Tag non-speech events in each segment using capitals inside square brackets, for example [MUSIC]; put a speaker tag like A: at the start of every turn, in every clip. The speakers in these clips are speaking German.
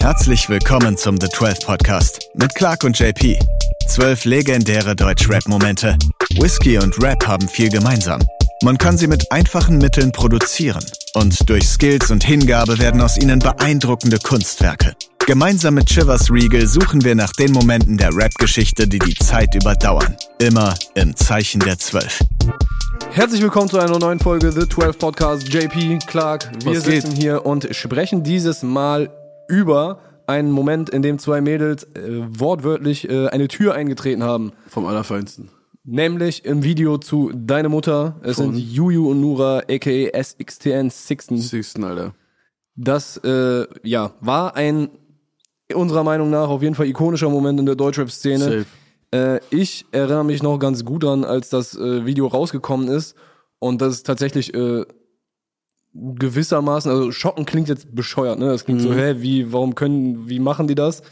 A: Herzlich willkommen zum The 12 Podcast mit Clark und JP. Zwölf legendäre Deutsch-Rap-Momente. Whisky und Rap haben viel gemeinsam. Man kann sie mit einfachen Mitteln produzieren. Und durch Skills und Hingabe werden aus ihnen beeindruckende Kunstwerke. Gemeinsam mit Shivers Regal suchen wir nach den Momenten der Rap-Geschichte, die die Zeit überdauern. Immer im Zeichen der Zwölf.
B: Herzlich willkommen zu einer neuen Folge The 12 Podcast. JP, Clark, wir
C: Was geht?
B: sitzen hier und sprechen dieses Mal über einen Moment, in dem zwei Mädels äh, wortwörtlich äh, eine Tür eingetreten haben.
C: Vom Allerfeinsten.
B: Nämlich im Video zu Deine Mutter. Es
C: Von-
B: sind Juju und Nura, aka SXTN16.
C: Sixten, Alter.
B: Das, äh, ja, war ein unserer Meinung nach auf jeden Fall ikonischer Moment in der Deutschrap-Szene.
C: Safe.
B: Äh, ich erinnere mich noch ganz gut dran, als das äh, Video rausgekommen ist und das ist tatsächlich äh, gewissermaßen, also Schocken klingt jetzt bescheuert, ne? Das klingt so, hä, wie, warum können, wie machen die das?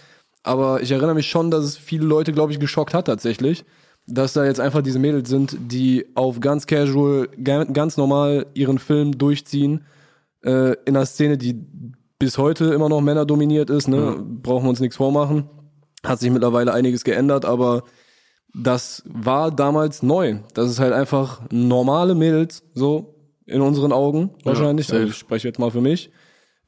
B: Aber ich erinnere mich schon, dass es viele Leute, glaube ich, geschockt hat tatsächlich, dass da jetzt einfach diese Mädels sind, die auf ganz casual, ga- ganz normal ihren Film durchziehen äh, in einer Szene, die bis heute immer noch Männer dominiert ist, ne? Brauchen wir uns nichts vormachen. Hat sich mittlerweile einiges geändert, aber das war damals neu. Das ist halt einfach normale Mädels, so in unseren Augen wahrscheinlich. Also
C: safe.
B: ich spreche jetzt mal für mich.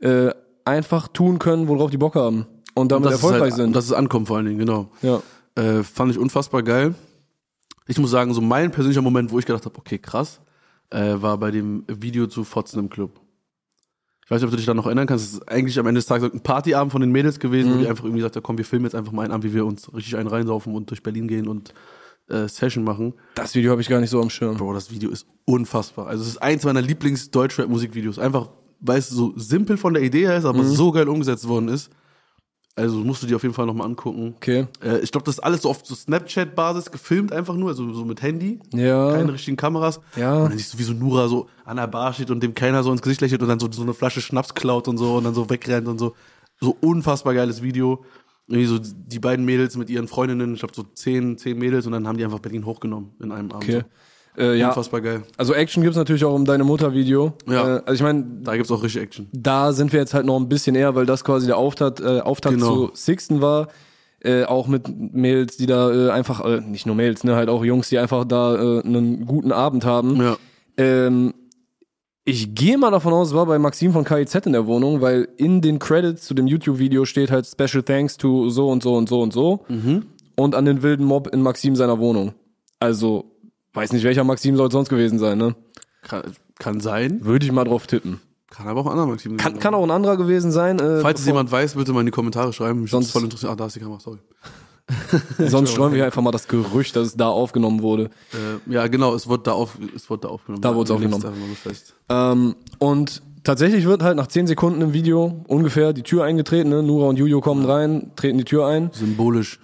B: Äh, einfach tun können, worauf die Bock haben. Und damit
C: Das ist
B: erfolgreich
C: halt,
B: sind.
C: Das ist Ankommen vor allen Dingen, genau.
B: ja.
C: Äh, fand ich unfassbar geil. Ich muss sagen, so mein persönlicher Moment, wo ich gedacht habe, okay, krass, äh, war bei dem Video zu Fotzen im Club. Ich weiß nicht, ob du dich da noch erinnern kannst. Es ist eigentlich am Ende des Tages ein Partyabend von den Mädels gewesen,
B: Mhm.
C: wo die einfach irgendwie gesagt haben, komm, wir filmen jetzt einfach mal einen Abend, wie wir uns richtig einen reinsaufen und durch Berlin gehen und äh, Session machen.
B: Das Video habe ich gar nicht so am Schirm.
C: Bro, das Video ist unfassbar. Also es ist eins meiner Lieblings-Deutschrap-Musikvideos. Einfach, weil es so simpel von der Idee her ist, aber
B: Mhm.
C: so geil umgesetzt worden ist. Also musst du dir auf jeden Fall nochmal angucken.
B: Okay.
C: Äh, ich glaube, das ist alles so auf so Snapchat-Basis gefilmt einfach nur, also so mit Handy.
B: Ja.
C: Keine richtigen Kameras.
B: Ja.
C: Und dann siehst du, wie so Nura so an der Bar steht und dem keiner so ins Gesicht lächelt und dann so, so eine Flasche Schnaps klaut und so und dann so wegrennt und so. So unfassbar geiles Video. Irgendwie so die beiden Mädels mit ihren Freundinnen, ich glaube so zehn, zehn Mädels und dann haben die einfach Berlin hochgenommen in einem Abend.
B: Okay. Äh, ja.
C: Unfassbar geil.
B: Also Action gibt's natürlich auch um deine Mutter Video.
C: Ja.
B: Äh, also ich meine,
C: Da gibt's auch richtig Action.
B: da sind wir jetzt halt noch ein bisschen eher, weil das quasi der Auftakt, äh, Auftakt
C: Genau.
B: zu Sixten war. Äh, auch mit Mädels, die da äh, einfach, äh, nicht nur Mädels, ne, halt auch Jungs, die einfach da äh, einen guten Abend haben.
C: Ja.
B: Ähm, ich gehe mal davon aus, es war bei Maxim von KIZ in der Wohnung, weil in den Credits zu dem YouTube-Video steht halt Special Thanks to so und so und so und so. Und an den wilden Mob in Maxim seiner Wohnung. Also, weiß nicht, welcher Maxim soll es sonst gewesen sein, ne?
C: Kann, kann sein.
B: Würde ich mal drauf tippen.
C: Kann aber auch ein anderer Maxim
B: Kann, kann auch ein anderer gewesen sein. Äh,
C: Falls es jemand weiß, bitte mal in die Kommentare schreiben. Mich
B: Sonst-
C: sonst voll interessiert. Ah, da ist die Kamera, sorry.
B: sonst streuen wir einfach mal das Gerücht, dass es da aufgenommen wurde.
C: Äh, ja, genau, es wurde da, auf, es wurde da aufgenommen.
B: Da wurde es
C: Wir legen
B: aufgenommen.
C: einfach mal so fest.
B: Ähm, und tatsächlich wird halt nach 10 Sekunden im Video ungefähr die Tür eingetreten. Ne? Nura und Juju kommen rein, treten die Tür ein.
C: Symbolisch.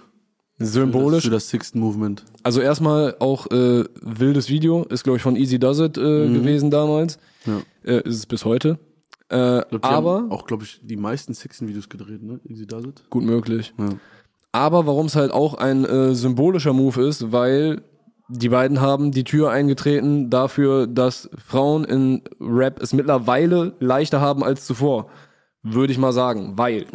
B: Symbolisch.
C: Für das Sixth Movement.
B: Also erstmal auch äh, wildes Video, ist glaube ich von Easy Does It äh, gewesen damals.
C: Mhm. Ja.
B: Äh, ist es bis heute. Äh,
C: Ich glaub, die haben
B: aber
C: auch, glaube ich, die meisten Sixten-Videos gedreht, ne? Easy Does It.
B: gut möglich.
C: Ja.
B: Aber warum es halt auch ein äh, symbolischer Move ist, weil die beiden haben die Tür eingetreten dafür, dass Frauen in Rap es mittlerweile leichter haben als zuvor. Würde ich mal sagen, weil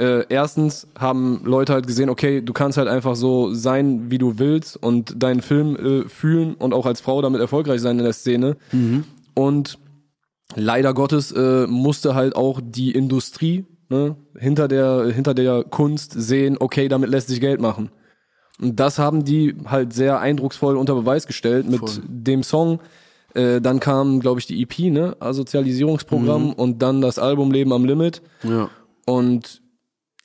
B: äh, erstens haben Leute halt gesehen, okay, du kannst halt einfach so sein, wie du willst und deinen Film äh, fühlen und auch als Frau damit erfolgreich sein in der Szene. Und leider Gottes äh, musste halt auch die Industrie ne, hinter, der, hinter der Kunst sehen, okay, damit lässt sich Geld machen. Und das haben die halt sehr eindrucksvoll unter Beweis gestellt mit
C: Voll.
B: dem Song. Äh, dann kam, glaube ich, die EP, ne? Asozialisierungsprogramm und dann das Album Leben am Limit.
C: Ja.
B: Und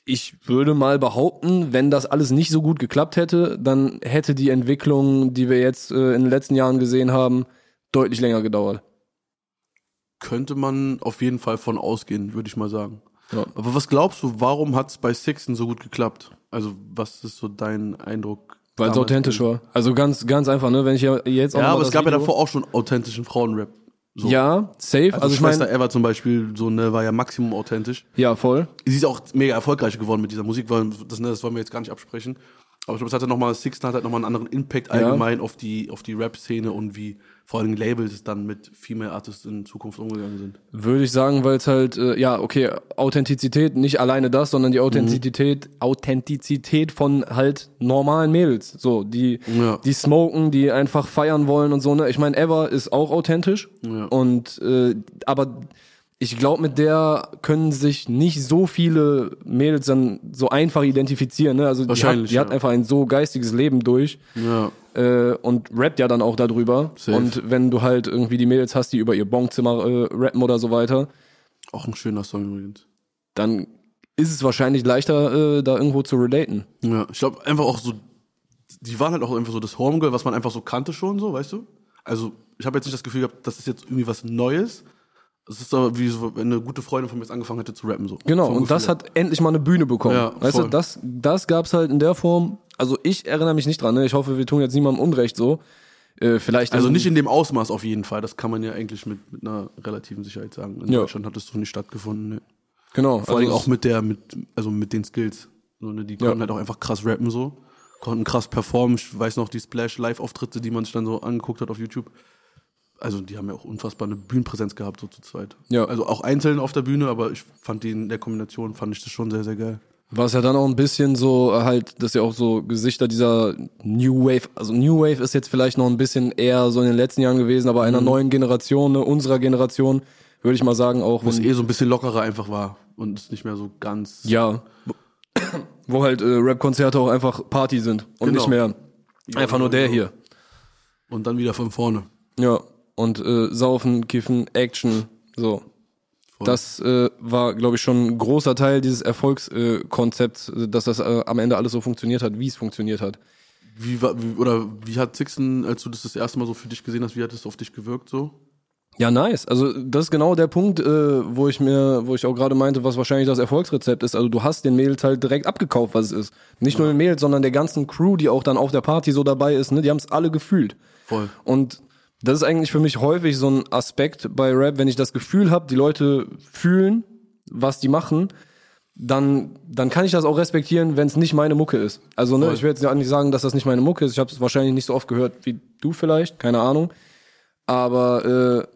B: ich würde mal behaupten, wenn das alles nicht so gut geklappt hätte, dann hätte die Entwicklung, die wir jetzt äh, in den letzten Jahren gesehen haben, deutlich länger gedauert.
C: Könnte man auf jeden Fall von ausgehen, würde ich mal sagen.
B: Ja.
C: Aber was glaubst du, warum hat es bei Sixten so gut geklappt? Also, was ist so dein Eindruck?
B: Weil es
C: damals
B: authentisch war. Also ganz, ganz einfach, ne? Wenn ich ja jetzt auch noch
C: Ja,
B: mal
C: aber
B: das
C: es gab
B: Video,
C: ja davor auch schon authentischen Frauenrap. So.
B: Ja, safe. Also,
C: Also,
B: ich
C: Schwester
B: meine,
C: Eva zum Beispiel, so, ne, war ja maximum authentisch.
B: ja, voll.
C: Sie ist auch mega erfolgreich geworden mit dieser Musik, weil das, ne, das wollen wir jetzt gar nicht absprechen. Aber ich glaube, es hat halt nochmal, Sixten hat halt nochmal einen anderen Impact allgemein auf die, auf die Rap-Szene und wie vor allem Labels dann mit Female Artists in Zukunft umgegangen sind.
B: Würde ich sagen, weil es halt, äh, ja, okay, Authentizität, nicht alleine das, sondern
C: Mhm.
B: die Authentizität, Authentizität von halt normalen Mädels. So, die,
C: Ja.
B: die smoken, die einfach feiern wollen und so, ne? Ich meine, Ever ist auch authentisch.
C: Ja.
B: Und äh, aber ich glaube, mit der können sich nicht so viele Mädels dann so einfach identifizieren. Ne? Also
C: Wahrscheinlich,
B: die, hat, die hat
C: ja.
B: einfach ein so geistiges Leben durch
C: Ja.
B: äh, und rappt ja dann auch darüber.
C: Safe.
B: Und wenn du halt irgendwie die Mädels hast, die über ihr Bonzimmer äh, rappen oder so weiter,
C: Auch ein schöner Song übrigens.
B: dann ist es wahrscheinlich leichter, äh, da irgendwo zu relaten.
C: Ja, ich glaube einfach auch so, die waren halt auch einfach so das Homegirl, was man einfach so kannte schon, so, weißt du? Also, ich habe jetzt nicht das Gefühl gehabt, das ist jetzt irgendwie was Neues. Es ist aber wie so, wenn eine gute Freundin von mir jetzt angefangen hätte zu rappen, so.
B: Genau,
C: Vom
B: und das
C: Gefühl
B: hat endlich mal eine Bühne bekommen.
C: Ja,
B: weißt du,
C: voll.
B: das, das gab's halt in der Form. Also ich erinnere mich nicht dran, ne? Ich hoffe, wir tun jetzt niemandem Unrecht so. Äh, vielleicht
C: Also nicht in dem Ausmaß auf jeden Fall, das kann man ja eigentlich mit, mit einer relativen Sicherheit sagen. In
B: Ja.
C: Deutschland hat das so nicht stattgefunden. Ne?
B: genau,
C: Vor allem
B: also
C: auch mit der, mit, also mit den Skills. So, ne? Die konnten halt auch einfach krass rappen so, konnten krass performen. Ich weiß noch die Splash-Live-Auftritte, die man sich dann so angeguckt hat auf YouTube. Also die haben ja auch unfassbar eine Bühnenpräsenz gehabt, so zu zweit.
B: Ja.
C: Also auch einzeln auf der Bühne, aber ich fand die in der Kombination, fand ich das schon sehr, sehr geil.
B: Was ja dann auch ein bisschen so äh, halt, das ist ja auch so Gesichter dieser New Wave, also New Wave ist jetzt vielleicht noch ein bisschen eher so in den letzten Jahren gewesen, aber
C: Mhm.
B: einer neuen Generation, ne, unserer Generation, würde ich mal sagen, auch
C: Was
B: wenn,
C: eh so ein bisschen lockerer einfach war und es nicht mehr so ganz
B: ja, wo halt äh, Rap-Konzerte auch einfach Party sind und
C: Genau.
B: nicht mehr
C: Ja,
B: einfach nur
C: genau,
B: der
C: genau.
B: hier.
C: und dann wieder von vorne.
B: Ja, und äh, saufen, kiffen, Action, so.
C: Voll.
B: Das äh, war, glaube ich, schon ein großer Teil dieses Erfolgskonzepts, äh, Konzepts, äh, dass das äh, am Ende alles so funktioniert hat, wie es funktioniert hat.
C: Wie, war- wie, oder wie hat Sixten, als du das das erste Mal so für dich gesehen hast, wie hat das auf dich gewirkt so?
B: Ja, nice. Also das ist genau der Punkt, äh, wo ich mir, wo ich auch gerade meinte, was wahrscheinlich das Erfolgsrezept ist. Also du hast den Mädels halt direkt abgekauft, was es ist. Nicht nur den Mädels, sondern der ganzen Crew, die auch dann auf der Party so dabei ist. Ne, die haben es alle gefühlt.
C: Voll.
B: Und das ist eigentlich für mich häufig so ein Aspekt bei Rap, wenn ich das Gefühl habe, die Leute fühlen, was die machen, dann, dann kann ich das auch respektieren, wenn es nicht meine Mucke ist. Also ne,
C: Voll.
B: ich will jetzt ja nicht sagen, dass das nicht meine Mucke ist. Ich habe es wahrscheinlich nicht so oft gehört wie du vielleicht, keine Ahnung. Aber äh,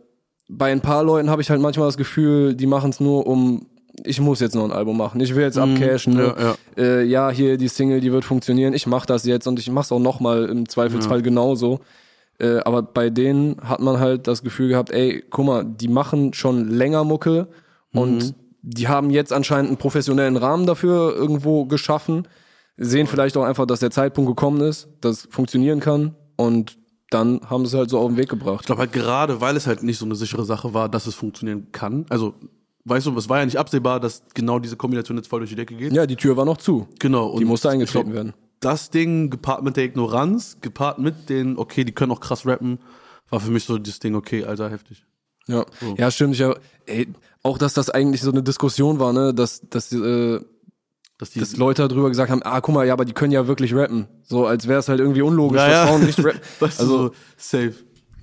B: bei ein paar Leuten habe ich halt manchmal das Gefühl, die machen es nur um, ich muss jetzt noch ein Album machen, ich will jetzt abcashen.
C: Mhm. ja,
B: ne?
C: ja.
B: äh, ja, hier die Single, die wird funktionieren, ich mach das jetzt und ich mach's auch nochmal im Zweifelsfall genauso. Äh, aber bei denen hat man halt das Gefühl gehabt, ey, guck mal, die machen schon länger Mucke
C: Mhm.
B: und die haben jetzt anscheinend einen professionellen Rahmen dafür irgendwo geschaffen, sehen vielleicht auch einfach, dass der Zeitpunkt gekommen ist, dass funktionieren kann und dann haben sie es halt so auf den Weg
C: Ich
B: gebracht.
C: glaube halt gerade, weil es halt nicht so eine sichere Sache war, dass es funktionieren kann. Also, weißt du, es war ja nicht absehbar, dass genau diese Kombination jetzt voll durch die Decke geht.
B: Ja, die Tür war noch zu.
C: Genau. Und
B: Die musste
C: ich
B: eingetreten
C: glaub,
B: werden.
C: Das Ding, gepaart mit der Ignoranz, gepaart mit den, okay, die können auch krass rappen, war für mich so das Ding, okay, alter, heftig.
B: Ja,
C: Oh.
B: ja stimmt. Ich hab, ey, auch, dass das eigentlich so eine Diskussion war, ne, dass, dass äh,
C: Dass die,
B: dass Leute darüber gesagt haben, ah, guck mal, ja, aber die können ja wirklich rappen. So, als wäre es halt irgendwie unlogisch,
C: Ja,
B: dass
C: ja.
B: Frauen nicht
C: [LAUGHS]
B: rappen.
C: weißt also,
B: also,
C: du, so, safe.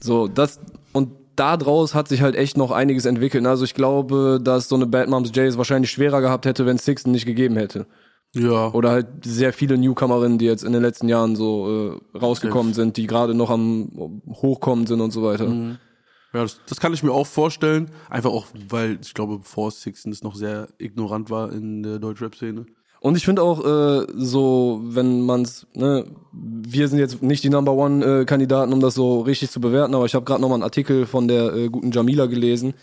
B: so, das, und daraus hat sich halt echt noch einiges entwickelt. Also, ich glaube, dass so eine Bad Moms Jay es wahrscheinlich schwerer gehabt hätte, wenn es Sixten nicht gegeben hätte.
C: Ja.
B: Oder halt sehr viele Newcomerinnen, die jetzt in den letzten Jahren so äh, rausgekommen sind, die gerade noch am Hochkommen sind und so weiter.
C: Ja, das, das kann ich mir auch vorstellen. Einfach auch, weil ich glaube, vor Sixten es noch sehr ignorant war in der Deutschrap-Szene.
B: Und ich finde auch äh, so, wenn man's, ne, wir sind jetzt nicht die Number One äh, Kandidaten, um das so richtig zu bewerten, aber ich habe gerade nochmal einen Artikel von der äh, guten Jamila gelesen,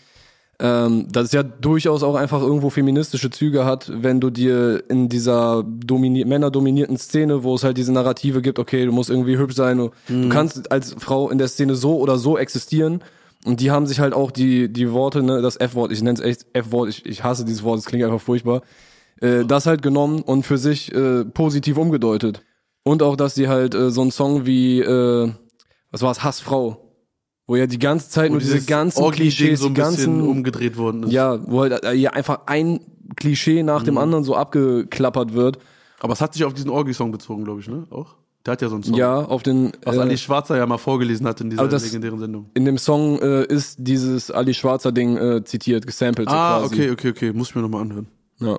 B: ähm, dass es ja durchaus auch einfach irgendwo feministische Züge hat, wenn du dir in dieser domini männerdominierten Szene, wo es halt diese Narrative gibt, okay, du musst irgendwie hübsch sein, du,
C: Mhm.
B: du kannst als Frau in der Szene so oder so existieren. Und die haben sich halt auch die, die Worte, ne, das F-Wort, ich nenne es echt F-Wort, ich, ich hasse dieses Wort, es klingt einfach furchtbar, äh, das halt genommen und für sich äh, positiv umgedeutet. Und auch, dass sie halt äh, so einen Song wie, äh, was war's, Hassfrau, wo ja die ganze Zeit nur diese
C: dieses
B: ganzen
C: Orgy-Ding
B: Klischees,
C: so ein
B: die ganzen
C: bisschen umgedreht worden ist. Mhm.
B: ja, wo halt äh, ja, einfach ein Klischee nach dem anderen so abgeklappert wird.
C: Aber es hat sich auf diesen Orgy-Song bezogen, glaube ich, ne? Auch? Der hat ja so einen Song.
B: Ja, auf den
C: Was
B: äh,
C: Ali Schwarzer ja mal vorgelesen hat in dieser
B: Aber das-
C: legendären Sendung.
B: in dem Song äh, ist dieses Ali Schwarzer Ding äh, zitiert, gesampelt so
C: Ah,
B: quasi.
C: okay, okay, okay. Muss ich mir nochmal anhören.
B: Ja.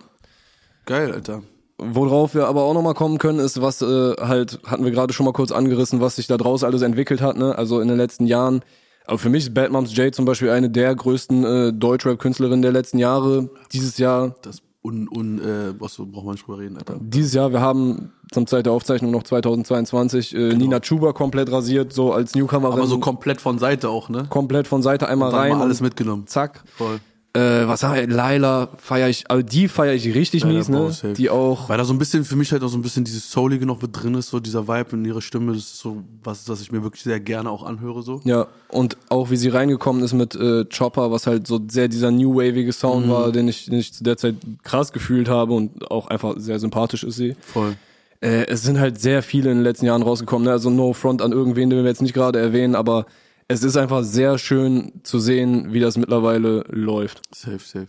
C: Geil, Alter.
B: Worauf wir aber auch nochmal kommen können, ist, was äh, halt, hatten wir gerade schon mal kurz angerissen, was sich da draus alles entwickelt hat, ne? Also in den letzten Jahren. Aber für mich ist Bad Moms J zum Beispiel eine der größten äh, Deutschrap-Künstlerinnen der letzten Jahre. Dieses Jahr,
C: Das un, un, äh, was braucht man nicht drüber reden, Alter.
B: dieses Jahr, wir haben zum Zeit der Aufzeichnung noch 2022 äh, Nina Chuba komplett rasiert, so als Newcomerin.
C: Genau. Aber so komplett von Seite auch, ne?
B: komplett von Seite einmal
C: Da haben
B: rein.
C: wir alles
B: und
C: mitgenommen.
B: Zack.
C: Voll.
B: Äh, was haben wir? Laila feiere ich, also die feiere ich richtig
C: Laila
B: mies, ne?
C: Bowles, safe.
B: Die auch.
C: Weil da so ein bisschen für mich halt auch so ein bisschen dieses Soulige noch mit drin ist, so dieser Vibe in ihrer Stimme, das ist so was, das ich mir wirklich sehr gerne auch anhöre, so.
B: Ja, und auch wie sie reingekommen ist mit äh, Chopper, was halt so sehr dieser new wavige
C: Mhm.
B: Sound war, den ich, den ich zu der Zeit krass gefühlt habe und auch einfach sehr sympathisch ist sie.
C: Voll.
B: Äh, es sind halt sehr viele in den letzten Jahren rausgekommen, ne? also no front an irgendwen, den wir jetzt nicht gerade erwähnen, aber es ist einfach sehr schön zu sehen, wie das mittlerweile läuft.
C: Safe, safe.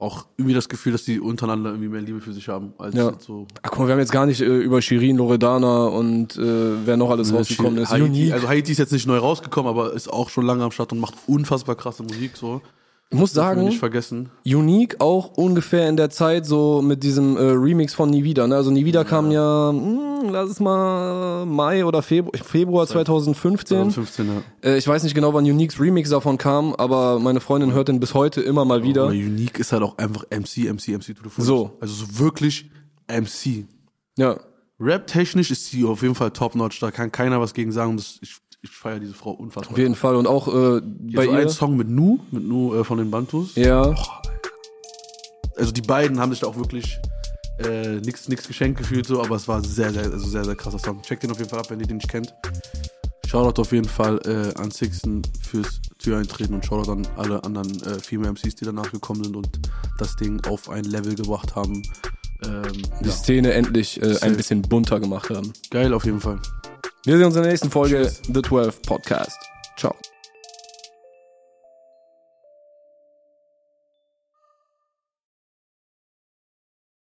C: Auch irgendwie das Gefühl, dass die untereinander irgendwie mehr Liebe für sich haben, als
B: Ja.
C: jetzt so.
B: Ach guck mal, wir haben jetzt gar nicht äh, über Shirin, Loredana und äh, wer noch alles rausgekommen ist.
C: Haiti,
B: Unique.
C: also Haiti ist jetzt nicht neu rausgekommen, aber ist auch schon lange am Start und macht unfassbar krasse Musik, so.
B: ich muss
C: Dürfen wir
B: sagen,
C: Nicht vergessen.
B: Unique auch ungefähr in der Zeit so mit diesem äh, Remix von Nie wieder. Ne? Also Nie wieder kam ja, mh, lass es mal Mai oder Febru Februar 2015.
C: 2015, ja.
B: Äh, ich weiß nicht genau, wann Uniques Remix davon kam, aber meine Freundin hört den bis heute immer mal wieder.
C: Aber Unique ist halt auch einfach MC, MC, MC to the fullest.
B: So.
C: Also so wirklich MC.
B: Ja,
C: Rap-technisch ist sie auf jeden Fall top-notch, da kann keiner was gegen sagen. Das, ich ich feiere diese Frau unfassbar.
B: auf jeden Fall. Und auch äh, bei
C: so ein
B: ihr.
C: Song mit Nu, mit Nu äh, von den Bantus.
B: Ja,
C: Also die beiden haben sich da auch wirklich äh, nichts nix geschenkt gefühlt, so, aber es war sehr, sehr, also sehr, sehr krasser Song. Checkt den auf jeden Fall ab, wenn ihr den nicht kennt. Shoutout auf jeden Fall äh, an Sixten fürs Türeintreten und Shoutout an alle anderen äh, Female MCs, die danach gekommen sind und das Ding auf ein Level gebracht haben. Ähm,
B: die
C: ja.
B: Szene endlich äh,
C: Safe.
B: ein bisschen bunter gemacht haben.
C: Geil auf jeden Fall.
B: Wir sehen uns in der nächsten Folge The 12 Podcast. Ciao.